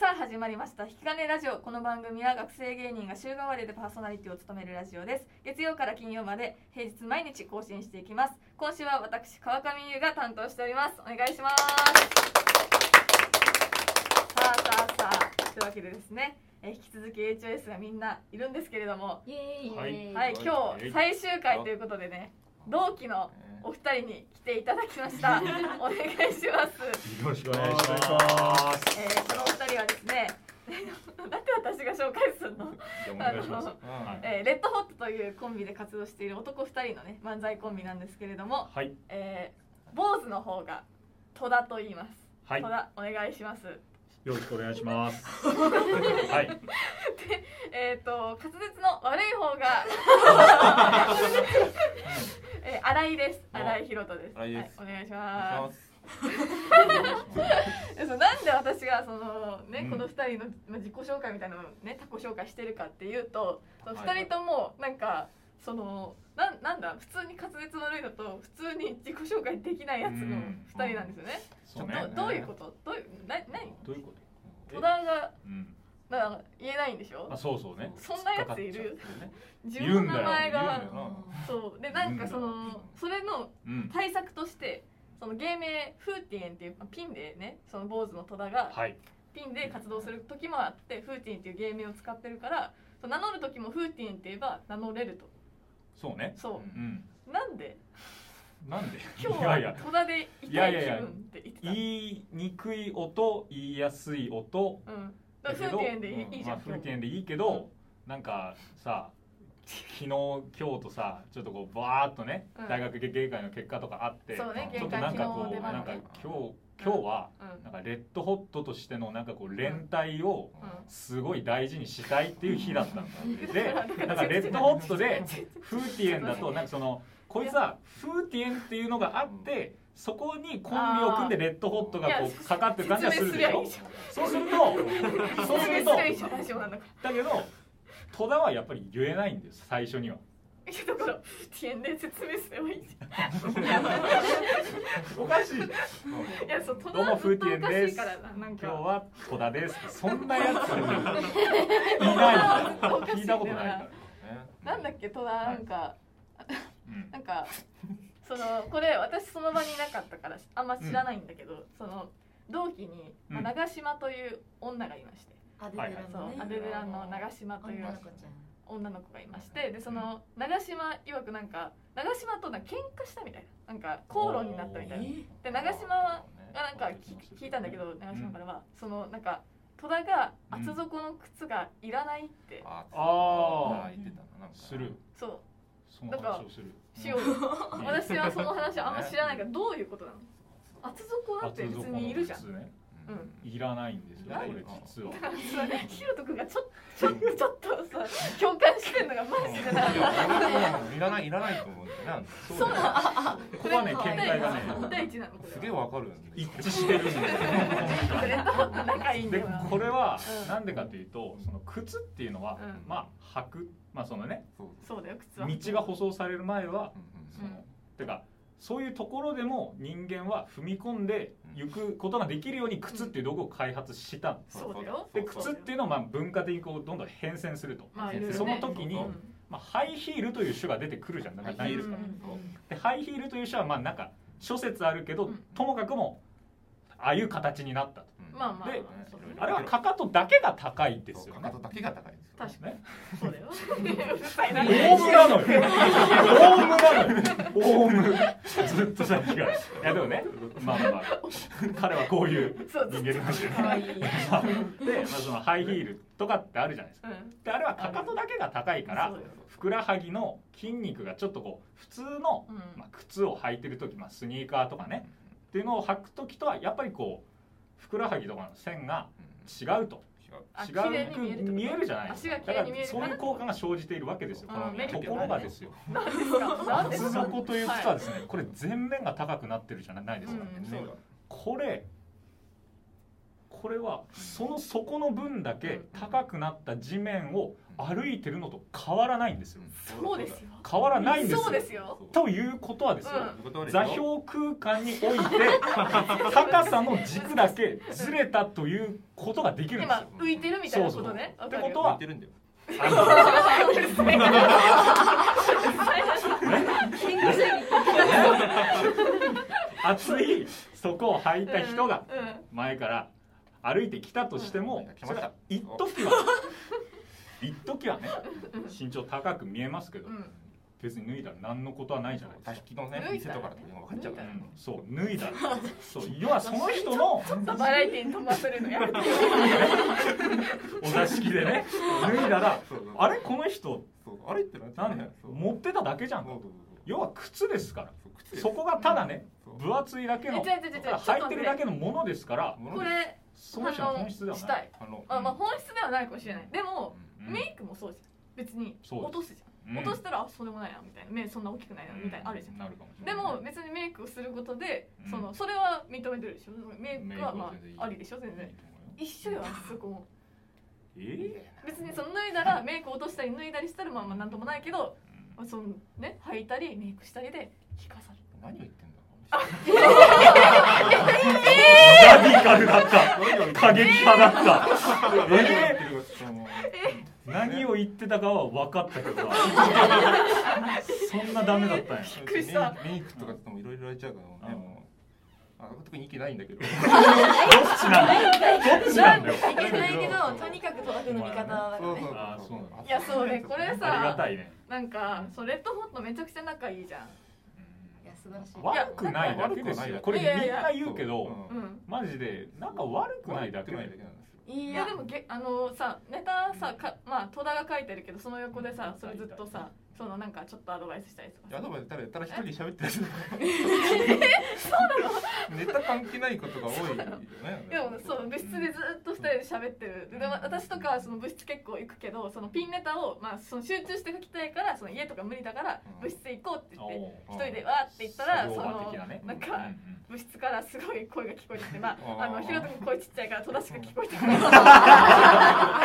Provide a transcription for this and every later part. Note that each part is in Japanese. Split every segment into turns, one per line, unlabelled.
始まりました引き金ラジオこの番組は学生芸人が週替わりでパーソナリティを務めるラジオです月曜から金曜まで平日毎日更新していきます今週は私川上優が担当しておりますお願いしますさあさあさあというわけでですねえ引き続き HOS がみんないるんですけれども
イエーイ、
は
はい今
いえ
日
い
最終回ということでね同期のお二人に来ていただきま したお願いします
よろしくお
願
願
い
い
し
し
ま
ますす。
えー、このお二人はですね なんで私が紹介するの、
じゃあお願いしま
あ
す。はい
えーレッドホットというコンビで活動している男二人のね漫才コンビなんですけれども、
はい
えー、坊主の方が戸田と言います、
はい
戸田お願いします
よろしくお願いします。
はい
えっ、と滑舌の悪い方 がえー、新井です新井宏斗です
新井です
はい、お願いし
お願いし
ま
ますす。
えそうなんで私がその、ね
うん
この2人のまあ自己紹介みたいなのを、ね、他己紹介してるかっていうとその
はいはい
2人ともなんかそのなんなんだ普通に滑舌悪いのと普通に自己紹介できないやつの
うん
2人なんですよね。
そう
ど
ね。
どういうことどういうな何
どういうこと？
戸田が
うん。
なんか言えないんでしょ
あ、そうそうね。
そんなやついる
引っ
自
かかっちゃってね言う
分
ん
の
だ
名
よ。
前が
言うんだよ
そうでなんかそ
言うんだ
の
よ
それの
なうん。
対策としてその芸名フーティエンっていうまあピンでねその坊主の戸田が
はい。
ピンで活動する時もあってフーティンっていう芸名を使ってるからそう名乗る時もフーティンって言えば名乗れると
そうね。
そうう、
ん。
なんで
なんで？
今日
いやい
は
や。
戸田でい
い
た
や
い
いやいや
気分って言ってた
言いにくい音、言いやすい音。
うんだ
だ
か
け
ら
ど
フーティンでいい,、
うん
いいじゃん、
まあ、風景
今
でいいけど、なんかさ昨日今日とさちょっとこうバーっとね、
うん
大学芸会の結果とかあって
そうね
ちょっとなんかこ
芸
う
会
なん
昨
か
日出番ね
今日今日は
日うん
なんかレッドホットとしてのなんかこう連帯をすごい大事にしたいっていう日だったんだでなんかレッドホットでフーティエンだ となんかそのこいつはフーティエンっていうのがあってそこにコンビを組んでレッドホットが
あ
こ
ー
うかかってる感じがするでしょ
説
そうするとそうす
説明す
ると
りゃいいじゃんラジオなんだか
だけど戸田はやっぱり言えないんです最初には
らいやだからフーティエンで説明すればいいじ
おかしい
ゃんいやそう戸
どう
田
も
はず
フ
っ
ー
と
テ
お
ィエン
か
で
しい
す
からななん
今日
か
は戸田です ってそんなやついない聞いたことないから、
なんだっけ戸田なんか、
うん
なんかそのこれ私その場にいなかったからあんま知らないんだけど、その同期に、まあ
うん
長島という女がいまして、
アデ
はい
デラ
そ
の
う
ね、
アデルラの長島という
女の子ちゃん
女の子がいましてでその長島曰くなんか長島となんか喧嘩したみたいななんか口論になったみたいな。で長島がなんか聞聞いたんだけど長島からは、そのなんか戸田が厚底の靴がいらないって、
あ
あ
ー
言ってたななんか
する
そ
その話をする
うし よう、
うん
私はその話あんま知らないからどういうことなの厚底だって別にいるじゃん
厚底の靴ね
うん
いらないんですよ
な
こ
い
れ実は
ひろとくんがちょちょちょっとさ共感してんのがマジでなんか
いらないいらないと思うんだよね
そうなのここはね見解がね
1対1なのこ
すげ
れ
え
は
わかるん
一致してるんだよ
それと仲いいんだ
で
よな
これは
うん
なんでかというとその靴っていうのは
うん
まあ履くまあそのね
そう
そうだよ靴は
道が舗装される前は
うん
そのてかそういうところでも人間は踏み込んで行くことができるように靴っていう道具を開発したんです
そうだよ
で靴っていうのはまあ文化的にこうどんどん変遷すると、
まあいろいろね
その時に、
うん
まあ、ハイヒールという種が出てくるじゃんなんか
ハイヒール
うん
でハイヒールという種はまあなんか諸説あるけど、
うん
ともかくもああいう形になったと
まあまあまあ
で
そう
あれはかかとだけが高いんですよ
か
ね
かとだけが高いんですよ
確か
ね
にそうだようるさいな
オウムなのよオウムなのよオウムずっとさっきからいやでもねまあまあまあ彼はこういう
そうず
人
っ
間なんですよ
可愛いい。
で、まあ、そのハイヒールとかってあるじゃないですか
とうん
であれはかかとだけが高いから
そうだよ
ふくらはぎの筋肉がちょっとこう普通の、
うん
まあ、靴を履いてる時、まあ、スニーカーとかねっていうのを履く時とはやっぱりこうふくらはぎとかの線が違うと
あ
違
綺麗に見える
うく見えるじゃない
足が綺
だ
麗
か
に見え
ら
る
そういう効果が生じているわけですよ
うん
ところがですよ
なんです
厚
か
底という靴はですねこれ全面が高くなってるじゃないですか
うん
これこれはその底の分だけ高くなった地面を歩いてるのと変わらないんですよ
そうですよ
変わらないんですよ
そうですよ
ということはですよ、
うん
座標空間において高さの軸だけずれたということができるんですよ
今浮いてるみたいなことね
そうそ
わ
う
かるよ
ってことは
てるんだよ
うるせえ
変化主義
熱いそこを履いた人が
うんうん
前から歩いてきたとしても、
うん
それは一時は一時はね身長高く見えますけど、
うん
別に脱いだら何のことはないじゃないですか
座敷のね
脱い
店
だら
とかだと分かっちゃうから
うんそう脱いだら そう要はその人の
ちょっとバラエティに飛ばせるのやめて
お座敷でね脱い だら
そうそう
あれこの人
そうあれってなっちゃ
な
うん
だ
ね
よ
そう
持ってただけじゃ
そうんそう
要は靴ですから
そう靴です
そこがただね
そう
分厚いだけ
え
の
違う違う違うちょっと待って
履いてるだけのものですから
物
こ
で
れ
その人の本質では
し
な
た
い
い
あの
あまあ本質ではないかもしれないでも
う
うん
メイクもそうじゃん別に
そうです
落とすじゃん落としたらあそうでもないなみたいな目そんな大きくないなみたいなあるじゃん
なるかもしれな
で
い
も別にメイクをすることで
うん
そのそれは認めてるでしょメイクは
メイク
ま
は全然いい
あありでしょ全然一緒よあそこも
え
別にその脱いだ らメイク落としたり脱いだりしたらまあまあなんともないけどまあそのね履いたりメイクしたりで着飾る
何を言ってん だ
ラディカルだ った過激派だったえ
え
ー何を言ってたかは分かったけ どなそんなダメだったんや
っくりした
メイクとかってもいろいろやっちゃうからね
うん
もうあ特に意見ないんだけど
どっちなんだよどっちなんだよ
いけないけど とにかくトラックの味方だから
そう
ね
あー
そ
そうう
そう
いやそうねこれさ
ありがたいね
なんかそうレッドホットめちゃくちゃ仲いいじゃん
いや素晴らしい
悪くないだけですよこれみんな言うけど
ん
うん
マジでなんか悪くないだけだよ
悪くなんですよ
い
い
や
や
で
で
も
もげあのさネタさかまあ戸田が書いてるけどその横でさそれずっとさそのなんかちょっとアドバイスしたりと
いや
か
でもただただ一人喋ってるそうなのネタ関係ないことが多いよね
でもそう部室でずっと2人で喋ってるでで私とかはその部室結構行くけどそのピンネタをまあその集中して書きたいからその家とか無理だから
うん
部室行こうって言って
お
一
ー
人でわーって行ったら
作
そ
業場
の
的なね
なん
うん
か部室からすごい声が聞こえてきてまああ
あ
の
ー
ひろと君声ちっちゃいから戸田しか聞こえてこない。ま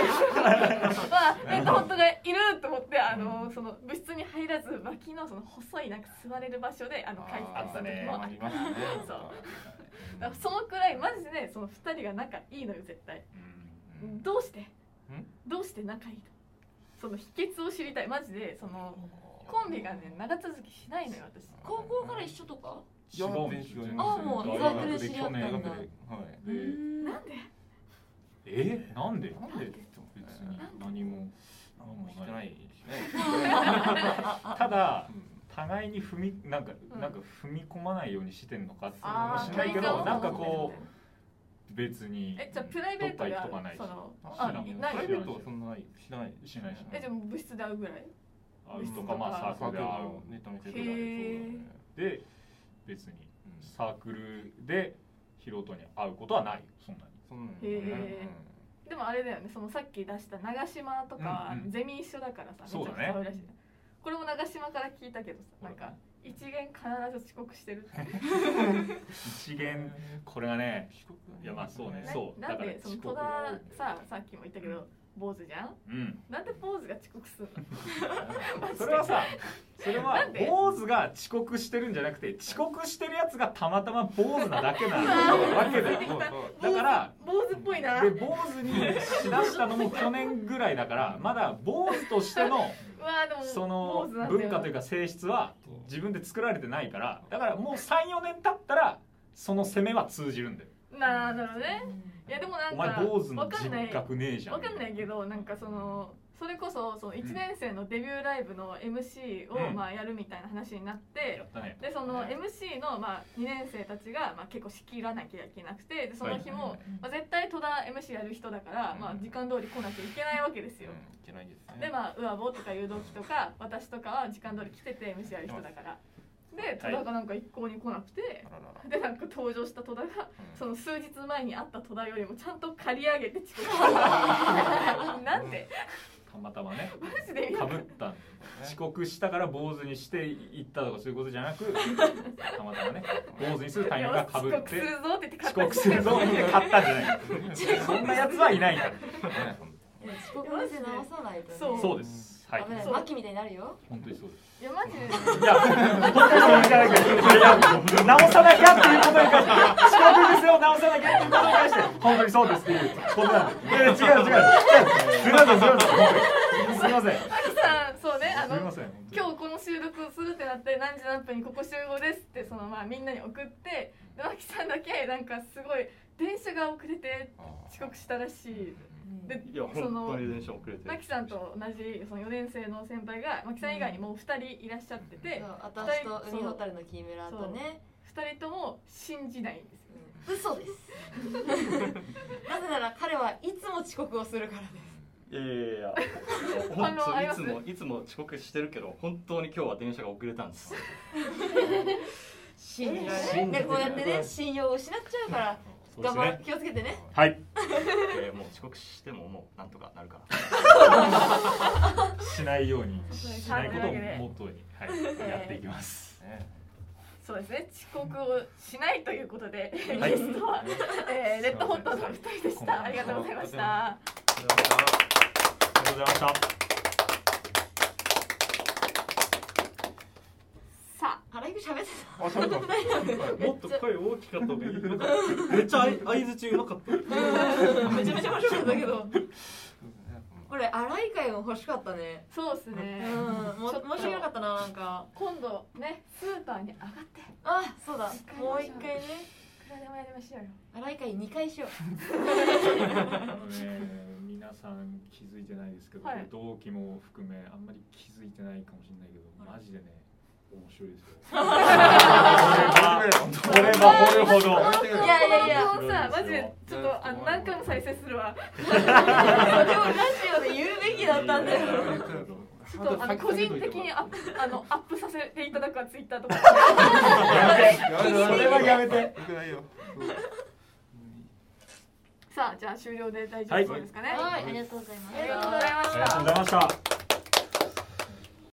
あレッドホットがいると思ってあのその部室に入らず脇のその細いなんか座れれる場所であの会議
あ
する
った
時
ね
も
ありますね
そうだからそのくらいマジでその二人が仲いいのよ絶対。
うん
どうしてどうして仲いいの？その秘訣を知りたいマジでそのコンビがね長続きしないのよ私。
高校から一緒とか
違うんですよ
あ
あもう大学で知り合ったんだ
大学で
はい
去年えなんで
なんで別に
何も
何もしてないしね
ただ
うん
互いに踏みなんか
うん
なんか踏み込まないようにしてんのかっていうのも
あ
し
ー
ないけ
距離
ど
感
な
を
んかこう別に
えじゃあプライベートである
どっか行くとかないし
その
あ
あ
知らん
ない
プライベートはそんなないしない
しないしない
えでも部室で会うぐらい
会うとかまあサークルで会う
ネット見て
へー
で別にサークルでヒロトに会うことはないそんなに
そんな
へ
ん
ーでもあれだよねそのさっき出した長島とか、
うんうん
ゼミ一緒だからさ
そうだ
め
ね
ちゃくちゃ可愛らしいこれも長島から聞いたけどさなんか一元必ず遅刻してるって
一元これがねいやまあそうね
な
そう
なん
だから
で
ね
その
遅
戸
刻
田
が多い
ささっきも言ったけど坊主じゃん
うん
なんで坊主が遅刻す るの
それはさそれは
なんで
坊主が遅刻してるんじゃなくて遅刻してるやつがたまたま坊主なだけなわ けだよだから
坊主っぽいな
で坊主にしだしたのも去年ぐらいだからまだ坊主としての
うわーでも
その
坊主なんだよ
文化というか性質は自分で作られてないからだからもう34年経ったらその攻めは通じるんだよ
なるほどねいやでもなんか
お前坊主の
わかんない
人格ねえじゃん
わかんないけどなんかそのそれこそその1年生のデビューライブの MC を
うん
まあやるみたいな話になって
や、ったね
でその MC のまあ2年生たちがまあ結構仕切らなきゃいけなくてでその日も、まあ、絶対戸田 MC やる人だから、まあ、時間通り来なきゃいけないわけですよ。
いけないですね
でまあ上坊とか誘導機とか私とかは時間通り来てて MC やる人だから。で戸田がなんか一向に来なくて
あ、ららら
でなんか登場した戸田が
うん
その数日前に会った戸田よりもちゃんと刈り上げて遅刻したなんで
たまたまね
マジで
かぶったん遅刻したから坊主にして行ったとかそういうことじゃ なくたまたまね坊主にするタイミングがかぶっ
いや遅刻す
て
るぞって言って買
遅
った
刻するぞって買ったんじゃない
ね
そんなやつはいないから
遅刻して直さないとね
そう
そうですはい
危ない
そう
マキみたいになるよ
本当にそうです
いやマジで
いや本当にそうじゃなくていや直さなきゃっていうことに関して遅刻ですよ直さなきゃっていうことに関して本当にそうですっていうことなんでいや違う違う違う すいませんすいませんすいません
マキさんそうねあ
すいま
の
せん
今日この収録をするってなって何時何分にここ集合ですってそのまあみんなに送ってでマキさんだけなんかすごい電車が遅れて遅刻したらしいで
いや
その
本当に電車遅れて
マキさんと同じその4年生の先輩がマキさん以外にもう2人いらっしゃってて
そう私と海ほたるの木村とね
2人とも信じないんですよ
うん嘘ですなぜなら彼はいつも遅刻をするからです
いやいやいや
反
本
論あり
当
ま
いつ
す
もいつも遅刻してるけど本当に今日は電車が遅れたんです
信じられない
信じられない
でこうやってね信用を失っちゃうから
そうで
頑
す
張
ね
気をつけてね
はい
えーもう遅刻してももうなんとかなるから
しないように
そうです
しないことを
というわけで
モットーに、はい、やっていきます。
そうですね遅刻をしないということで、
はい
ゲストは、えー、レッドホットのお二人でしたありがとうございました
ありがとうございました。
さあ原井君喋って
あ、そう か。
もっと声大きかった方がいいのかめっちゃ相づちうまかった
ためちゃめちゃ面白かったけどこれ荒い会も欲しかったね
そうですね
うん、も
ちょっと
面白かったななんか
今度ねスーパーに上がって
あそうだ
一回
もう一回
い
ね
くらでもやりましょうよ
荒い会二回 しよう
あのね、皆さん気づいてないですけど、
はい
同期も含めあんまり気づいてないかもしれないけど、マジでね面白いですよ。 これは掘るほど。
いやいやいや
この動画をさマジでちょっとあの何回も再生するわ
でもラジオで言うべきだったんだよ
ちょっとあの個人的にアップあのアップさせていただくわツイッターとか
それはやめて。よくないよ。
さあじゃあ終了で大丈夫そうですかね、
はいありがとうございます
ありがとうございまし
ありがと
た
うございました。